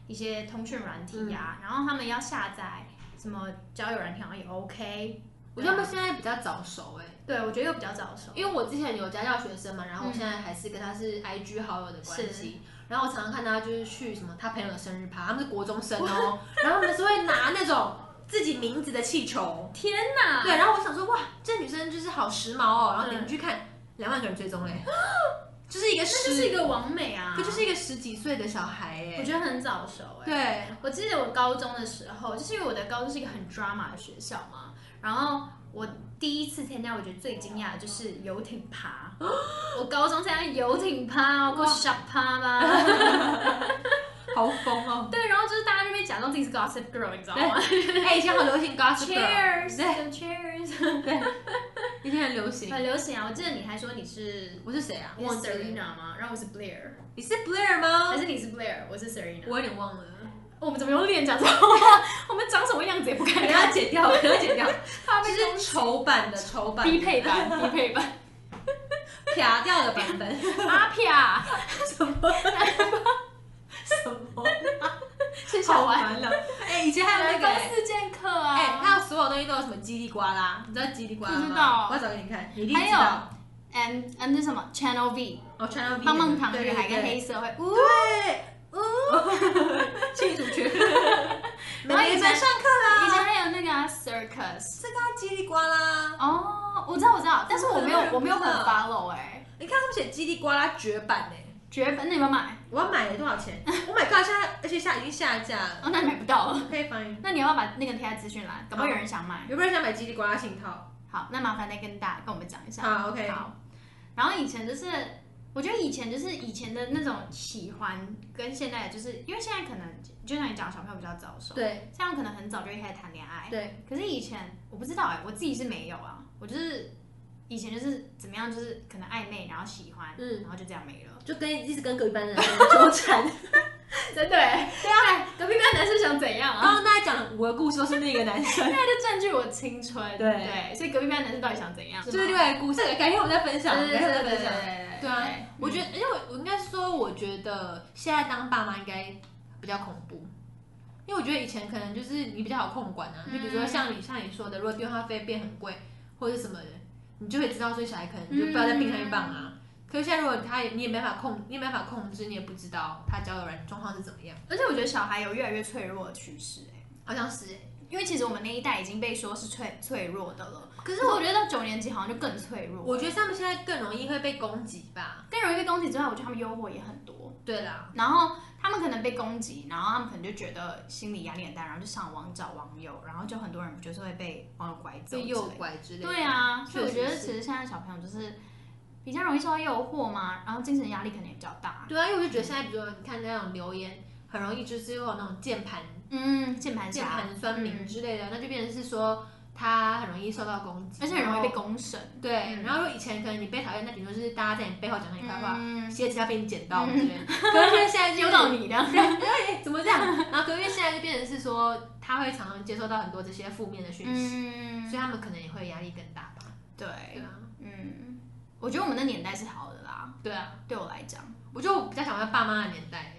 A: 一些通讯软体啊，然后他们要下载什么交友软体好像也 OK。
B: 我觉得他们现在比较早熟哎、
A: 对，我觉得又比较早熟，
B: 因为我之前有家教学生嘛，然
A: 嗯
B: 后我现在还是跟他是 IG 好友的关系。然后我常常看他就是去什么他朋友的生日趴，他们是国中生
A: (laughs)
B: 哦，然后他们是会拿那种自己名字的气球，
A: 天哪！
B: 对，然后我想说哇，这女生就是好时髦哦，然后
A: 嗯
B: 点进去看，两万个人追
A: (laughs)
B: 踪嘞，就是一个
A: 这就是
B: 十，
A: 一个完美啊，
B: 这就是一个十几岁的小孩
A: 我
B: 哎，
A: 觉得很早熟哎、
B: 对，
A: 我记得我高中的时候，就是因为我的高中是一个很 drama 的学校嘛，然后我第一次参加，我觉得最惊讶的就是游艇 (gasps) 趴。我高中参加游艇趴哦，过
B: 哇
A: 傻趴 (laughs) 吧。
B: 好
A: (laughs)
B: 疯哦，
A: 对，然后就是大家就被假装自己是 gossip girl，你知道 (laughs) 吗
B: 哎，以前好流行 Gossip Girl，
A: ？Cheers，对，Cheers，
B: 以前很流行，
A: (laughs) 很流行啊。我记得你还说你是
B: 我是谁啊？
A: 你
B: 忘
A: 是
B: 记了，
A: Serena 吗？然后我是 Blair，
B: 你是 Blair 吗
A: 还？是你是 Blair，我是 Serena。
B: 我有点忘了，
A: 我们怎么用脸讲这种话？ (laughs) 我们长什么样子也不
B: 等
A: 敢
B: 一
A: 看，
B: 下剪掉，等一下剪掉，
A: 怕被
B: 这
A: 攻
B: 是
A: 击
B: 丑版的丑版，
A: 低配 (laughs) 版，低配版。
B: 啪掉的版本，
A: 阿啪，
B: 什么？
A: 是
B: 好
A: 小玩。
B: 玩了，哎，以前还
A: 南
B: 有那个
A: 方
B: 哎。
A: 四剑客啊，
B: 哎，它有所有东西都有什么叽里呱啦，你知道叽里呱啦吗？
A: 不知道
B: 我要找给你看，你一定
A: 还
B: 知
A: 有
B: 道。
A: 嗯嗯，那什么 Channel V，
B: 哦，Channel V
A: 棒棒糖女
B: 对
A: 孩
B: 对
A: 跟
B: 对
A: 黑社会，呜，
B: 清楚去。
A: 然后以前
B: 上课
A: 以前
B: 啦，
A: 还有那个啊 Circus，
B: 这个啊叽里呱啦，
A: 哦，我知道我知道，但是我没有
B: 怎么可能
A: 我没有很
B: 不知道
A: follow 哎，
B: 你看他们写叽里呱啦绝版哎、
A: 绝版那你们买，
B: 我要买了多少钱？Oh my god！现在而且现在已经下架了，
A: 哦，那你买不到 (laughs) 了，
B: 可以翻译。
A: 那你要不要把那个贴在资讯栏，搞不好有人想买，
B: 有没有人想买叽里呱啦信套？
A: 好，那麻烦再跟大家跟我们讲一下，
B: 好，OK。
A: 好，然后以前就是我觉得以前就是以前的那种喜欢，跟现在的就是因为现在可能就像你讲，小朋友比较早熟，
B: 对
A: 这样可能很早就一开始谈恋爱。
B: 对，
A: 可是以前我不知道哎、我自己是没有啊，我就是以前就是怎么样，就是可能暧昧，然后喜欢，
B: 嗯
A: 然后就这样
B: (laughs)
A: 没了。
B: 就跟一直跟隔壁班的人纠 (laughs) 缠。
C: 真的哎，
A: 对啊，隔壁班男生想怎样啊
B: 刚？刚大家讲我的故事 (laughs) 都是那个男生，
A: 现在就占据我青春，
B: 对
A: 所以隔壁班男生到底想怎样？
B: 这
A: 吗
B: 是另外一个故事，改天我们再分享，
A: 对对
B: 改天
A: 对
B: 我
A: 对对
B: 们再分享。
A: 对
B: 对啊，我觉得，因为我我应该说，我觉得现在当爸妈应该比较恐怖，因为我觉得以前可能就是你比较好控管啊，就比如说像你像你说的，如果电话费变很贵或者是什么的，你就会知道说小孩可能就不知道在病上去棒啊。可是现在如果他也你也没办法控，你也没办法控制，你也不知道他交友软状况是怎么样，
A: 而且我觉得小孩有越来越脆弱的趋势、欸，
B: 好像是欸。
A: 因为其实我们那一代已经被说是脆脆弱的了，
B: 可
A: 可
B: 是
A: 是
B: 我
A: 我觉得到九年级好像就更脆弱，
B: 我觉得他们现在更容易会被攻击吧？
A: 更容易被攻击之外，我觉得他们诱惑也很多，
B: 对啦，
A: 然后他们可能被攻击，然后他们可能就觉得心理压力很大，然后就上网找网友，然后就很多人不就是会被网友拐走之
B: 被
A: 类的，
B: 诱拐之类的。
A: 对啊，所以我
B: 确实
A: 觉得
B: 是
A: 其实现在小朋友就是比较容易受到诱惑嘛，然后精神压力可能也比较大，
B: 对啊，因为我就觉得现在，比如说你看那种留言，很容易就是会有那种键盘、
A: 嗯，键盘
B: 键
A: 侠，
B: 盘酸民之类的，那就变成是说他很容易受到攻击，
A: 嗯而且很容易被
B: 然后。
A: 公审，
B: 对，
A: 嗯
B: 然后如果以前可能你被讨厌，那顶多就是大家在你背后讲你坏话，
A: 嗯，
B: 鞋子要被你捡到之类的。可是现在
A: (laughs)
B: 就是
A: 丢到你的，
B: 哎怎么这样？然后可是因为现在就变成是说，他会常常接受到很多这些负面的讯息，
A: 嗯
B: 所以，他们可能也会压力更大吧。对
A: 对，
B: 啊，
A: 嗯，我觉得我们的年代是好的啦，
B: 对啊，
A: 对我来讲。
B: 我就比较想要爸妈的年代，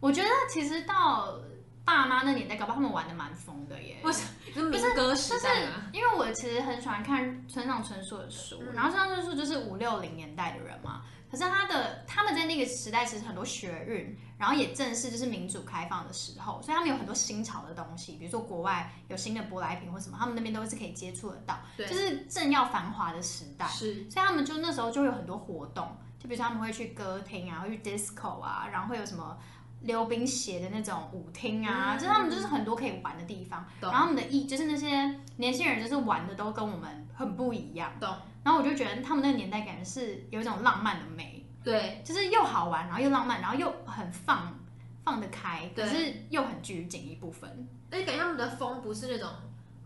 A: 我觉得其实到爸妈那年代，搞不好他们玩的蛮疯的耶。
B: 为什就是民歌时
A: 就是
B: 代嘛。
A: 因为我其实很喜欢看村上春树的书，
B: 嗯
A: 然后村上春树就是五六零年代的人嘛。可是他的他们在那个时代其实很多学运，然后也正是就是民主开放的时候，所以他们有很多新潮的东西，比如说国外有新的舶来品或什么，他们那边都是可以接触得到，
B: 对
A: 就是正要繁华的时代。
B: 是，
A: 所以他们就那时候就会有很多活动，就比如说他们会去歌厅啊，会去 disco 啊，然后会有什么溜冰鞋的那种舞厅啊，
B: 嗯
A: 就是他们就是很多可以玩的地方。
B: 懂
A: 然后他们的意就是那些年轻人就是玩的都跟我们很不一样。
B: 懂。
A: 然后我就觉得他们那个年代感觉是有一种浪漫的美，
B: 对，
A: 就是又好玩，然后又浪漫，然后又很放放得开，可
B: 对
A: 是又很拘谨一部分，
B: 而且感觉他们的风不是那种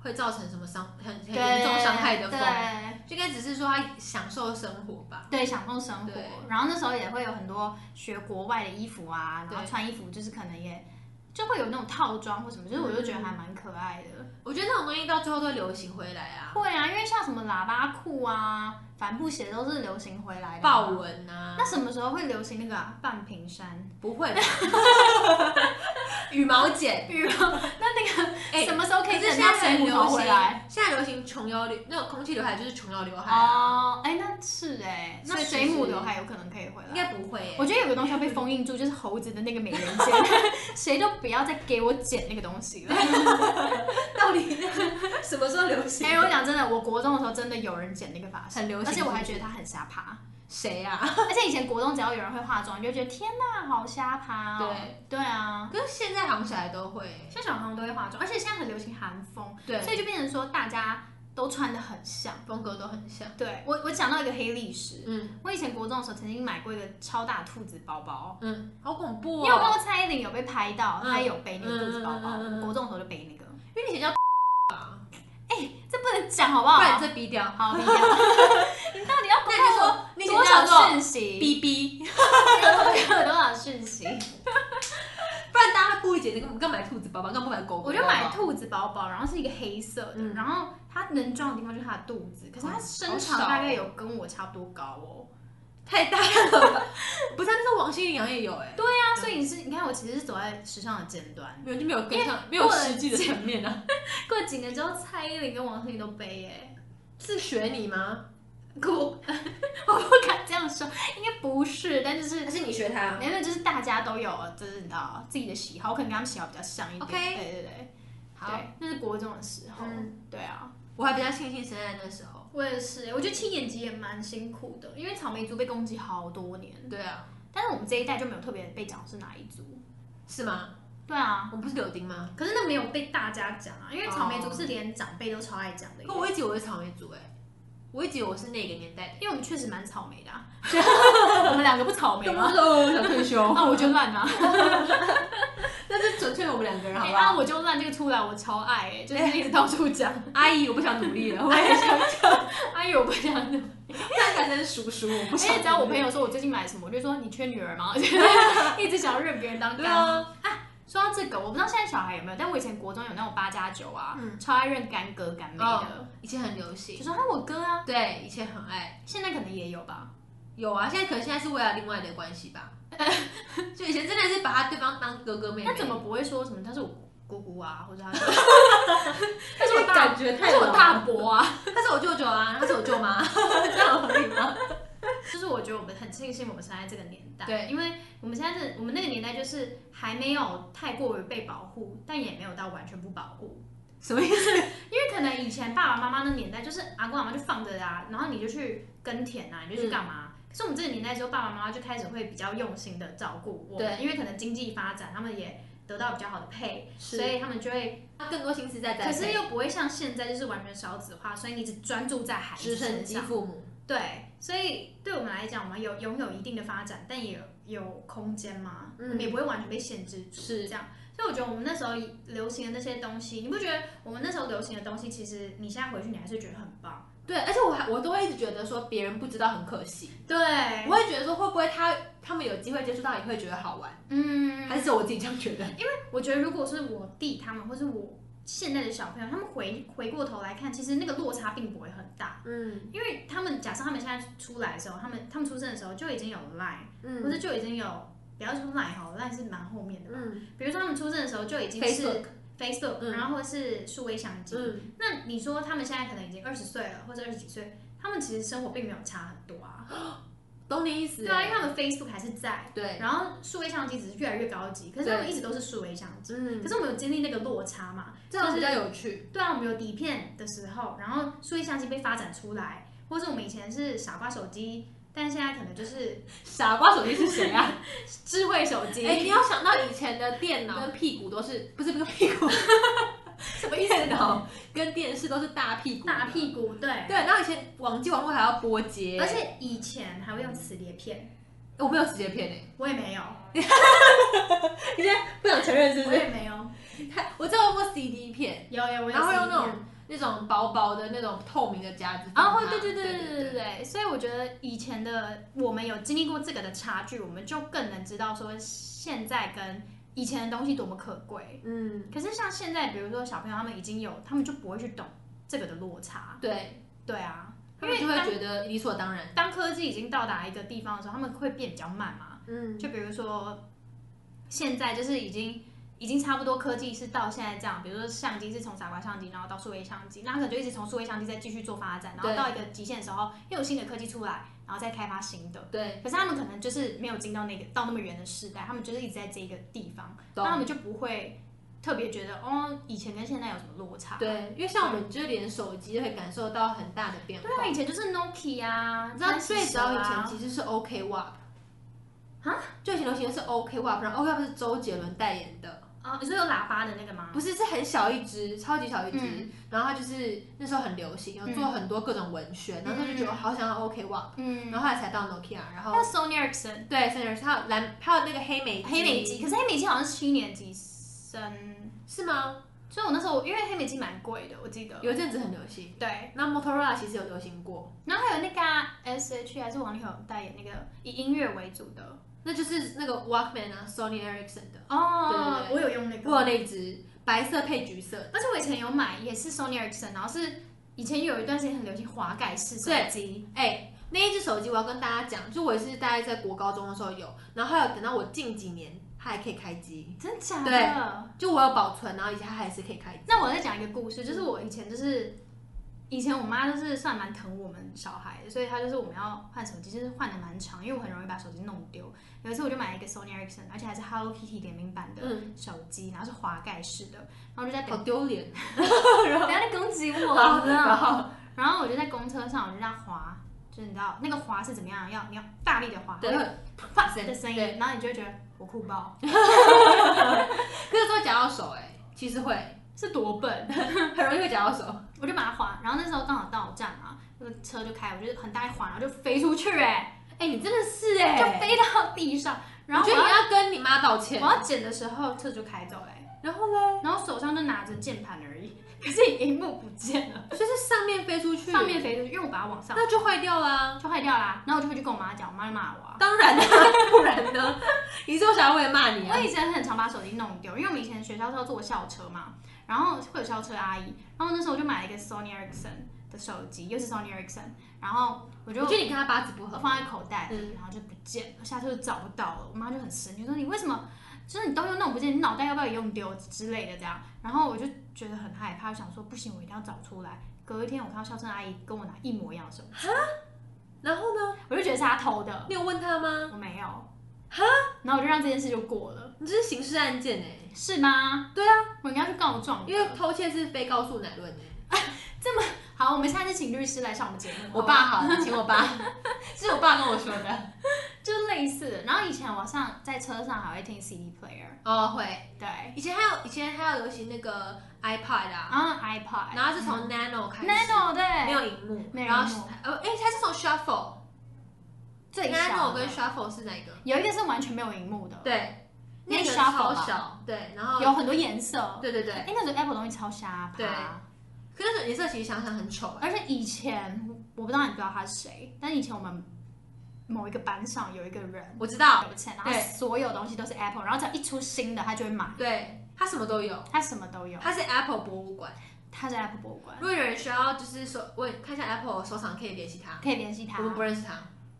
B: 会造成什么伤很很严重伤害的
A: 对
B: 风，就应该只是说他享受生活吧。
A: 对，享受生活
B: 对。
A: 然后那时候也会有很多学国外的衣服啊，然后
B: 对
A: 穿衣服就是可能也就会有那种套装或什么，就是我就觉得还蛮可爱的。
B: 我觉得那种东西到最后都会流行回来啊，
A: 会啊，因为像什么喇叭裤啊、帆布鞋都是流行回来的。
B: 豹。纹啊，
A: 那什么时候会流行那个、啊、半屏 (laughs) 山？
B: 不会吧，羽毛
A: (laughs)
B: 剪，
A: 羽毛？那那 (laughs) 个、
B: 哎
A: 什么时候可以
B: 可是
A: 等
B: 现
A: 到
B: 在很
A: 水母
B: 流
A: 头
B: 行
A: 回来？
B: 现在流行琼瑶刘那种空气刘海就是琼瑶刘海啊，
A: 哦，哎，那是哎、那
B: 所以
A: 水
B: 其
A: 母
B: 实
A: 刘海有可能可以回来。
B: 应该不会
A: (laughs)
B: 耶、
A: 我觉得有个东西要被封印住，就是猴子的那个美人尖， (laughs) 谁都不要再给我剪那个东西了。
B: 到底那个什么时候流行
A: 哎、？我讲真的，我国中的时候真的有人剪那个发型，
B: 很流行
A: 而且我还觉得他很瞎爬。
B: 谁啊？
A: 而且以前国中只要有人会化妆，你就觉得天哪，好瞎爬、哦。对啊，
B: 可是现在好像小孩都会耶、
A: 现在小朋友都会化妆，而且现在很流行韩风，
B: 对，
A: 所以就变成说大家都穿的很像。
B: 风格都很像。
A: 对我，我讲到一个黑历史，
B: 嗯
A: 我以前国中的时候曾经买过一个超大兔子包包，
B: 嗯，好恐怖
A: 因为
B: 哦！
A: 我看过蔡依林有被拍到，她也有背那个兔子包包，
B: 嗯嗯嗯嗯嗯嗯
A: 我国中的时候就背那个，
B: 因为你以前叫吧。
A: 这不能讲好不好？
B: 不然你再逼掉。
A: 好，低调 (laughs) 你到底要
B: 那
A: 公
B: 你就
A: 开
B: 说你以前
A: 多
B: 叫
A: 少
B: 做
A: 讯息？
B: (laughs) 逼逼，
A: (laughs) 有多少讯息？
B: 不然大家故意解释干嘛干嘛买兔子包包，干嘛不买狗狗包包？
A: 我就买兔子包包，然后是一个黑色的，
B: 嗯
A: 然后它能装的地方就是它的肚子，可是它身长
B: 好少哦
A: 大概有跟我差不多高哦。
B: 太大了吧？ (laughs) 不是啊，那是王心凌好像也有哎，
A: 对啊，所以你是你看我其实是走在时尚的尖端。
B: 没有就没有跟上，没有实际的层面啊。
A: 过几年之后，蔡依林跟王心凌都背耶、
B: 是学你吗？
A: 可 (laughs) 我我不敢这样说，应该不是，但就是
B: 还是你学他？
A: 没有，就是大家都有，就是你知道自己的喜好，我可能跟他们喜好比较像一点。
B: OK
A: 对对对，
B: 好，
A: 对，那是国中的时候。
B: 嗯
A: 对啊，
B: 我还比较庆幸生在那时候。
A: 我也是，欸我觉得七年级也蛮辛苦的，因为草莓族被攻击好多年，
B: 对啊，
A: 但是我们这一代就没有特别被讲是哪一族。
B: 是吗？
A: 对啊，
B: 我不是柳丁吗？
A: 可是那没有被大家讲啊，因为草莓
B: 哦
A: 族是连长辈都超爱讲的耶。
B: 可我一直以为是草莓族哎，我我一直以为我是那个年代的，
A: 因为我们确实蛮草莓的、啊，
B: (laughs)
A: 我们两个不草莓吗？
B: 说哦想退休
A: 那我就烂啊！
B: (laughs) 那是纯粹我们两个人，好
A: 哎，
B: 不
A: 那
B: 好？
A: 我就烂这个出来，我超爱哎，就是一直到处
B: (laughs)
A: 讲，
B: 阿姨，我不想努力了，我也想，
A: 哎呦，我不想哎弄。
B: 但改成叔叔，哎我不
A: 而
B: 想努
A: 且
B: 力。
A: 只要我朋友说我最近买什么，我就说你缺女儿吗？ (laughs) 一直想要认别人当
B: 对
A: 干妈。
B: 啊，
A: 说到这个，我不知道现在小孩有没有，但我以前国中有那种八加九啊，
B: 嗯
A: 超爱认干哥干妹的，
B: 哦以前很流
A: 就
B: 行，
A: 说啊我哥啊，
B: 对，以前很爱。
A: 现在可能也有吧。
B: 有啊，现在可能现在是为了另外的关系吧， (laughs) 就以前真的是把他对方当哥哥妹妹，
A: 那怎么不会说什么他是我姑姑啊，或者他是
B: (laughs)
A: 他是
B: 但是
A: 我
B: 我
A: 大
B: 感觉
A: 他
B: 太
A: 是我
B: 老
A: 大伯啊？
B: 他是我舅舅啊，他是我舅妈， (laughs) 这样合理吗？
A: (laughs) 就是我觉得我们很庆幸我们生在这个年代，
B: 对，
A: 因为我们现在是我们那个年代就是还没有太过于被保护，但也没有到完全不保护。
B: 什么意
A: 因
B: 思？
A: 为可能以前爸爸妈妈那年代就是阿公阿妈就放着啊，然后你就去耕田啊，你
B: 嗯
A: 就去干嘛。可是我们这个年代之后，爸爸妈妈就开始会比较用心的照顾我们，
B: 对
A: 因为可能经济发展，他们也得到比较好的配，所以他们就会，
B: 他更多心思在在
A: 可是又不会像现在就是完全少子化，所以你只专注在孩子
B: 直升
A: 身
B: 机
A: 上。
B: 父母，
A: 对，所以对我们来讲，我们有拥有一定的发展，但也有有空间嘛，
B: 嗯
A: 我们也不会完全被限制住，
B: 是
A: 这样。所以我觉得我们那时候流行的那些东西，你不觉得我们那时候流行的东西，其实你现在回去你还是觉得很棒？
B: 对，而且我还我都会一直觉得说别人不知道很可惜，
A: 对
B: 我，会觉得说会不会他他们有机会接触到也会觉得好玩，
A: 嗯，
B: 还是我自己这样觉得？
A: 我觉得如果是我弟他们，或是我现在的小朋友，他们回回过头来看，其实那个落差并不会很大，
B: 嗯
A: 因为他们假设他们现在出来的时候，他们他们出生的时候就已经有 Line，、或
B: 嗯
A: 者就已经有，不要说 Line 好了，Line 是蛮后面的吧。
B: 嗯
A: 比如说他们出生的时候就已经是
B: Facebook
A: Facebook，、
B: 嗯
A: 然后或是数位相机。
B: 嗯，
A: 那你说他们现在可能已经二十岁了，或者二十几岁，他们其实生活并没有差很多啊。
B: 懂你意思？
A: 对啊，因为他们 Facebook 还是在，
B: 对，
A: 然后数位相机只是越来越高级，可是他们一直都是数位相机。
B: 嗯
A: 可，是我们有经历那个落差嘛？
B: 这样比较有趣。
A: 对啊，我们有底片的时候，然后数位相机被发展出来，或是我们以前是傻瓜手机，但现在可能就是
B: 傻瓜手机是谁啊？
A: 智慧手机。
B: (laughs) 哎，你要想到以前的电脑跟屁股都是， (laughs) 不是不是屁股，什么意思？电脑跟电视都是大屁股，
A: 大。屁股，对，
B: 对，然后以前网际网络还要拨接，
A: 而且以前还会用磁碟片，
B: 我没有直接骗哎，
A: 我也没有，
B: 你现在不想承认是
A: 我？也没有。
B: (laughs) 太我知道用过 CD 片，
A: 有有，我有
B: 然后会用那
A: CD
B: 种那种薄薄的那种透明的夹子
A: 啊，
B: 放
A: 会
B: 它。
A: 对对对对
B: 哦对
A: 对对对，所以我觉得以前的我们有经历过这个的差距，我们就更能知道说现在跟以前的东西多么可贵。
B: 嗯，
A: 可是像现在，比如说小朋友他们已经有，他们就不会去懂这个的落差。
B: 对，
A: 对啊，
B: 他
A: 因为
B: 们就会
A: 当
B: 觉得理所当然。
A: 当科技已经到达一个地方的时候，他们会变比较慢嘛。
B: 嗯，
A: 就比如说现在就是已经。已经差不多，科技是到现在这样，比如说相机是从傻瓜相机，然后到数位相机，那它可能就一直从数位相机再继续做发展，然后
B: 对
A: 到一个极限的时候，又有新的科技出来，然后再开发新的。
B: 对，
A: 可是他们可能就是没有进到那个到那么远的时代，他们就是一直在这一个地方，那
B: 懂
A: 他们就不会特别觉得哦，以前跟现在有什么落差。
B: 对，因为像我们就是连手机都会感受到很大的变化
A: 对。啊，以前就是 Nokia 啊，
B: 你知道
A: 三十
B: 最早以前
A: 啊
B: 其实是 OK WAP，
A: 啊，
B: 最以前流行的是 OK WAP，然后 OK WAP 是周杰伦代言的，
A: 啊，你说有喇叭的那个吗？
B: 不是是很小一只，超级小一只，
A: 啊嗯
B: 然后它就是那时候很流行，有做很多各种文宣，然后就觉得好想要 OK WAP，、
A: 嗯，
B: 然后后来才到 Nokia，然
A: 还有
B: 后
A: Sony Ericsson
B: 对，甚至还有蓝，还有那个黑莓
A: 黑美机，可是黑美机好像是七年级生，
B: 是吗？
A: 所以我那时候因为黑美机蛮贵的，我记得。
B: 有一阵子很流行。
A: 对，
B: 那 Motorola 其实有流行过，
A: 然后还有那个啊 S.H. 还是王力宏代言那个以音乐为主的
B: 那就是那个 Walkman 啊，Sony Ericsson 的，
A: 哦
B: 对对对
A: 我有用那
B: 我
A: 个，
B: 有那只白色配橘色的，
A: 而且我以前有买，也是 Sony Ericsson，然后是以前有一段时间很流行滑盖式手机，
B: 哎、那一只手机我要跟大家讲，就我也是大概在国高中的时候有，然后还有等到我近几年它还可以开机，
A: 真假的
B: 对？就我有保存，然后以前它还是可以开机。
A: 那我再讲一个故事，就是我以前就是。以前我妈就是算蛮疼我们小孩的，所以她就是我们要换手机，就是换的蛮长，因为我很容易把手机弄丢。有一次我就买了一个 Sony Ericsson，而且还是 Hello Kitty 联名版的，
B: 嗯，
A: 手机，然后是滑盖式的，然后我就在
B: 好
A: 等，(laughs)
B: 丢脸。
A: 不要再攻击我
B: 好然
A: 了。然后我就在公车上，我就这样滑，就是你知道那个滑是怎么样，要你要大力的滑，
B: (laughs) 对，
A: 啪的声
B: 对
A: 音，然后你就会觉得我酷爆，
B: 可是说夹到手、哎，其实会 (laughs)
A: 是多笨。
B: 很容易会夹到手。
A: 我就把它滑，然后那时候刚好到站啊，那个车就开，我就很大一滑，然后就飞出去、哎，
B: 哎、你真的是哎、
A: 就飞到地上。然
B: 我
A: 后
B: 觉
A: 我
B: 得你
A: 要
B: 要跟你妈道歉。
A: 我要捡的时候，车就开走了、哎
B: 然后嘞，
A: 然后手上就拿着键盘而已，可是荧幕不见了，
B: 就是上面飞出去，
A: 上面飞出去，因为我把它往上，
B: 那就坏掉啦。
A: 就坏掉啦。然后我就回去跟我妈讲，我妈就骂我啊。
B: 当
A: (laughs)
B: 然啦、不然呢？你是我小孩，我也骂你
A: 我
B: 啊。
A: 以前很常把手机弄丢，因为我们以前学校是要坐校车嘛，然后会有校车阿姨，然后那时候我就买了一个 Sony Ericsson 的手机，又是 Sony Ericsson，然后我就
B: 我觉得你跟他八字不合。
A: 放在口袋里，
B: 嗯
A: 然后就不见了，下车就找不到了。我妈就很生气，说你为什么就是你东西都弄不见，你脑袋要不要也用丢之类的这样。然后我就觉得很害怕，想说不行，我一定要找出来。隔一天我看到校车阿姨跟我拿一模一样的手机，
B: 然后呢？
A: 我就觉得是她偷的，
B: 你有问他吗？
A: 我没有。然后我就让这件事就过了，
B: 你这是刑事案件哎、
A: 是吗？
B: 对
A: 啊，我应该去告状的，
B: 因为偷窃是非告诉乃论哎、
A: 好，我们下次请律师来上我们节目。
B: 我
A: 好不好
B: 爸好了，请我 (laughs) 爸，是我爸跟我说的。
A: 就是类似的。然后以前我上在车上还会听 CD player，
B: 哦，会。
A: 对，
B: 以前还有以前还有流行那个 iPod 啊，
A: 然后 iPod，
B: 然后是从 Nano 开
A: 嗯
B: 始
A: Nano 对，
B: 没有荧幕，
A: 没有
B: 然后
A: 荧幕
B: 是呃，哎、它是从 Shuffle
A: 最小
B: Nano
A: 的
B: 跟 Shuffle 是哪一个？
A: 有一个是完全没有荧幕的，
B: 对，
A: 那
B: 那
A: 个
B: 个
A: Shuffle
B: 超
A: 吧
B: 小，对，然后
A: 有很多颜色。
B: 哦对对对，
A: 哎、那时候 Apple 东西超瞎
B: 对
A: 吧？
B: 可那种颜色其实想想很丑哎、
A: 而且以前我不知道你不知道他是谁，但以前我们某一个班上有一个人
B: 我知道，
A: 有钱，然后
B: 哦对
A: 所有东西都是 Apple，然后只要一出新的他就会买，
B: 对，它什么都有，
A: 他什么都有，
B: 它是 Apple 博物馆。
A: 他是 Apple 博物馆
B: 如，果有人需要就是说问看一下 Apple 收藏，可以联系他。
A: 可以联系他
B: 我。们不认识他，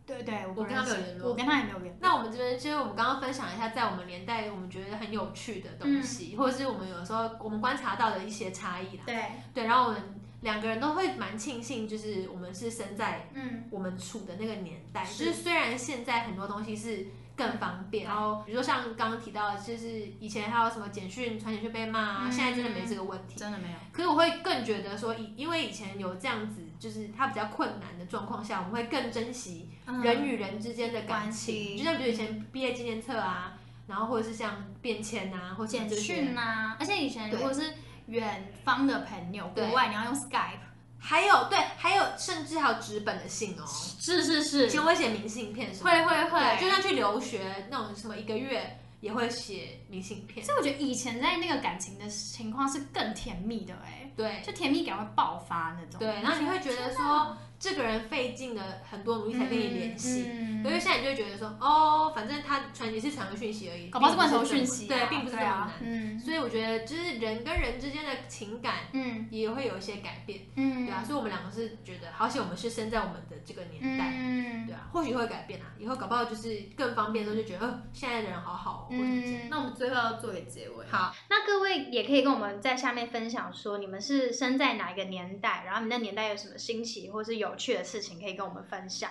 A: 对对，我不
B: 我跟他
A: 认识
B: 没有联络
A: 我跟他也没有联络。
B: 那我们这边就是我们刚刚分享一下，在我们年代我们觉得很有趣的东西，或者是我们有时候我们观察到的一些差异啦。
A: 对，
B: 对，然后我们两个人都会蛮庆幸，就是我们是生在
A: 嗯，
B: 我们处的那个年代，
A: 是
B: 就是虽然现在很多东西是更方便，然后比如说像刚刚提到的，就是以前还有什么简讯传简讯被骂啊，
A: 嗯
B: 现在真的没这个问题。
A: 真的没有。
B: 可是我会更觉得说，以因为以前有这样子，就是它比较困难的状况下，我们会更珍惜
A: 嗯
B: 人与人之间的感
A: 关系
B: 情，就像比如以前毕业纪念册啊，然后或者是像便签啊，或者
A: 简
B: 这些，
A: 讯啊，而且以前如果是远方的朋友，
B: 对
A: 国外你要用 Skype，
B: 还有对，还有甚至还有纸本的信哦。
A: 是是
B: 以
A: 是，
B: 前会写明信片什么
A: 会
B: 的，
A: 会会。
B: 对就
A: 就是，
B: 算去留学那种什么一个月也会写明信片，
A: 所以我觉得以前在那个感情的情况是更甜蜜的哎、
B: 对
A: 就甜蜜感会爆发那种。
B: 对，然后你会觉得说这个人费尽了很多努力才跟你联系。
A: 嗯
B: 因为现在你就会觉得说，哦，反正他传也是传个讯息而已，
A: 搞不好是
B: 并
A: 罐
B: 不
A: 头
B: 这么
A: 讯息啊、
B: 对，并不是这
A: 对
B: 么
A: 啊
B: 难。
A: 嗯
B: 所以我觉得，就是人跟人之间的情感
A: 嗯
B: 也会有一些改变，
A: 嗯，
B: 对啊。所以我们两个是觉得，好险我们是生在我们的这个年代，
A: 嗯
B: 对啊。或许会改变啊，以后搞不好就是更方便的时候就觉得，呃，现在的人好好、哦，或者是这样
A: 嗯，
C: 那我们最后要做一个结尾。
B: 好，
A: 那各位也可以跟我们在下面分享说你们是生在哪一个年代，然后你们那年代有什么新奇或是有趣的事情可以跟我们分享。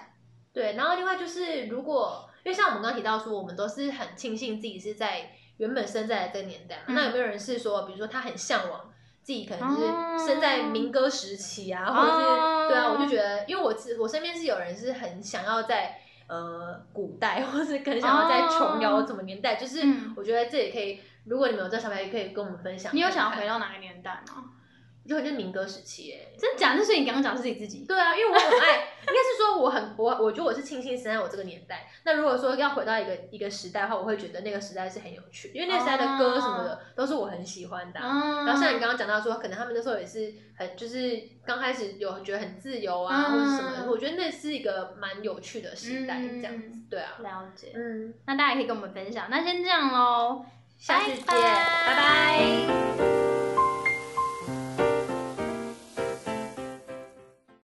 B: 对，然后另外就是，如果因为像我们刚刚提到说，我们都是很庆幸自己是在原本生在这个年代嘛，
A: 嗯
B: 那有没有人是说，比如说他很向往自己可能
A: 哦
B: 是生在民歌时期啊，或者是、
A: 哦
B: 对啊，我就觉得，因为我自我身边是有人是很想要在。呃，古代或是可能想要在
A: 哦
B: 琼瑶什么年代，就是
A: 嗯
B: 我觉得这也可以。如果你们有这想法，也可以跟我们分享看看。
A: 你有想要回到哪个年代吗？
B: 我觉得我就是民歌时期耶。
A: 真假？那所以你刚刚讲的是你自己。
B: 对啊，因为我很爱，应该是说我 (laughs) 很我我觉得我是庆幸生在我这个年代。那如果说要回到一个一个时代的话，我会觉得那个时代是很有趣，因为那个时代的歌什么
A: 哦
B: 的、都是我很喜欢的啊、
A: 嗯
B: 然后像你刚刚讲到说，可能他们那时候也是很就是刚开始有觉得很自由啊，
A: 嗯
B: 或者什么的，我觉得那是一个蛮有趣的时代，
A: 嗯
B: 这样子，对啊，
A: 了解，
B: 嗯，
A: 那大家也可以跟我们分享。那先这样喽，
B: 下次见，
A: 拜拜
B: 拜拜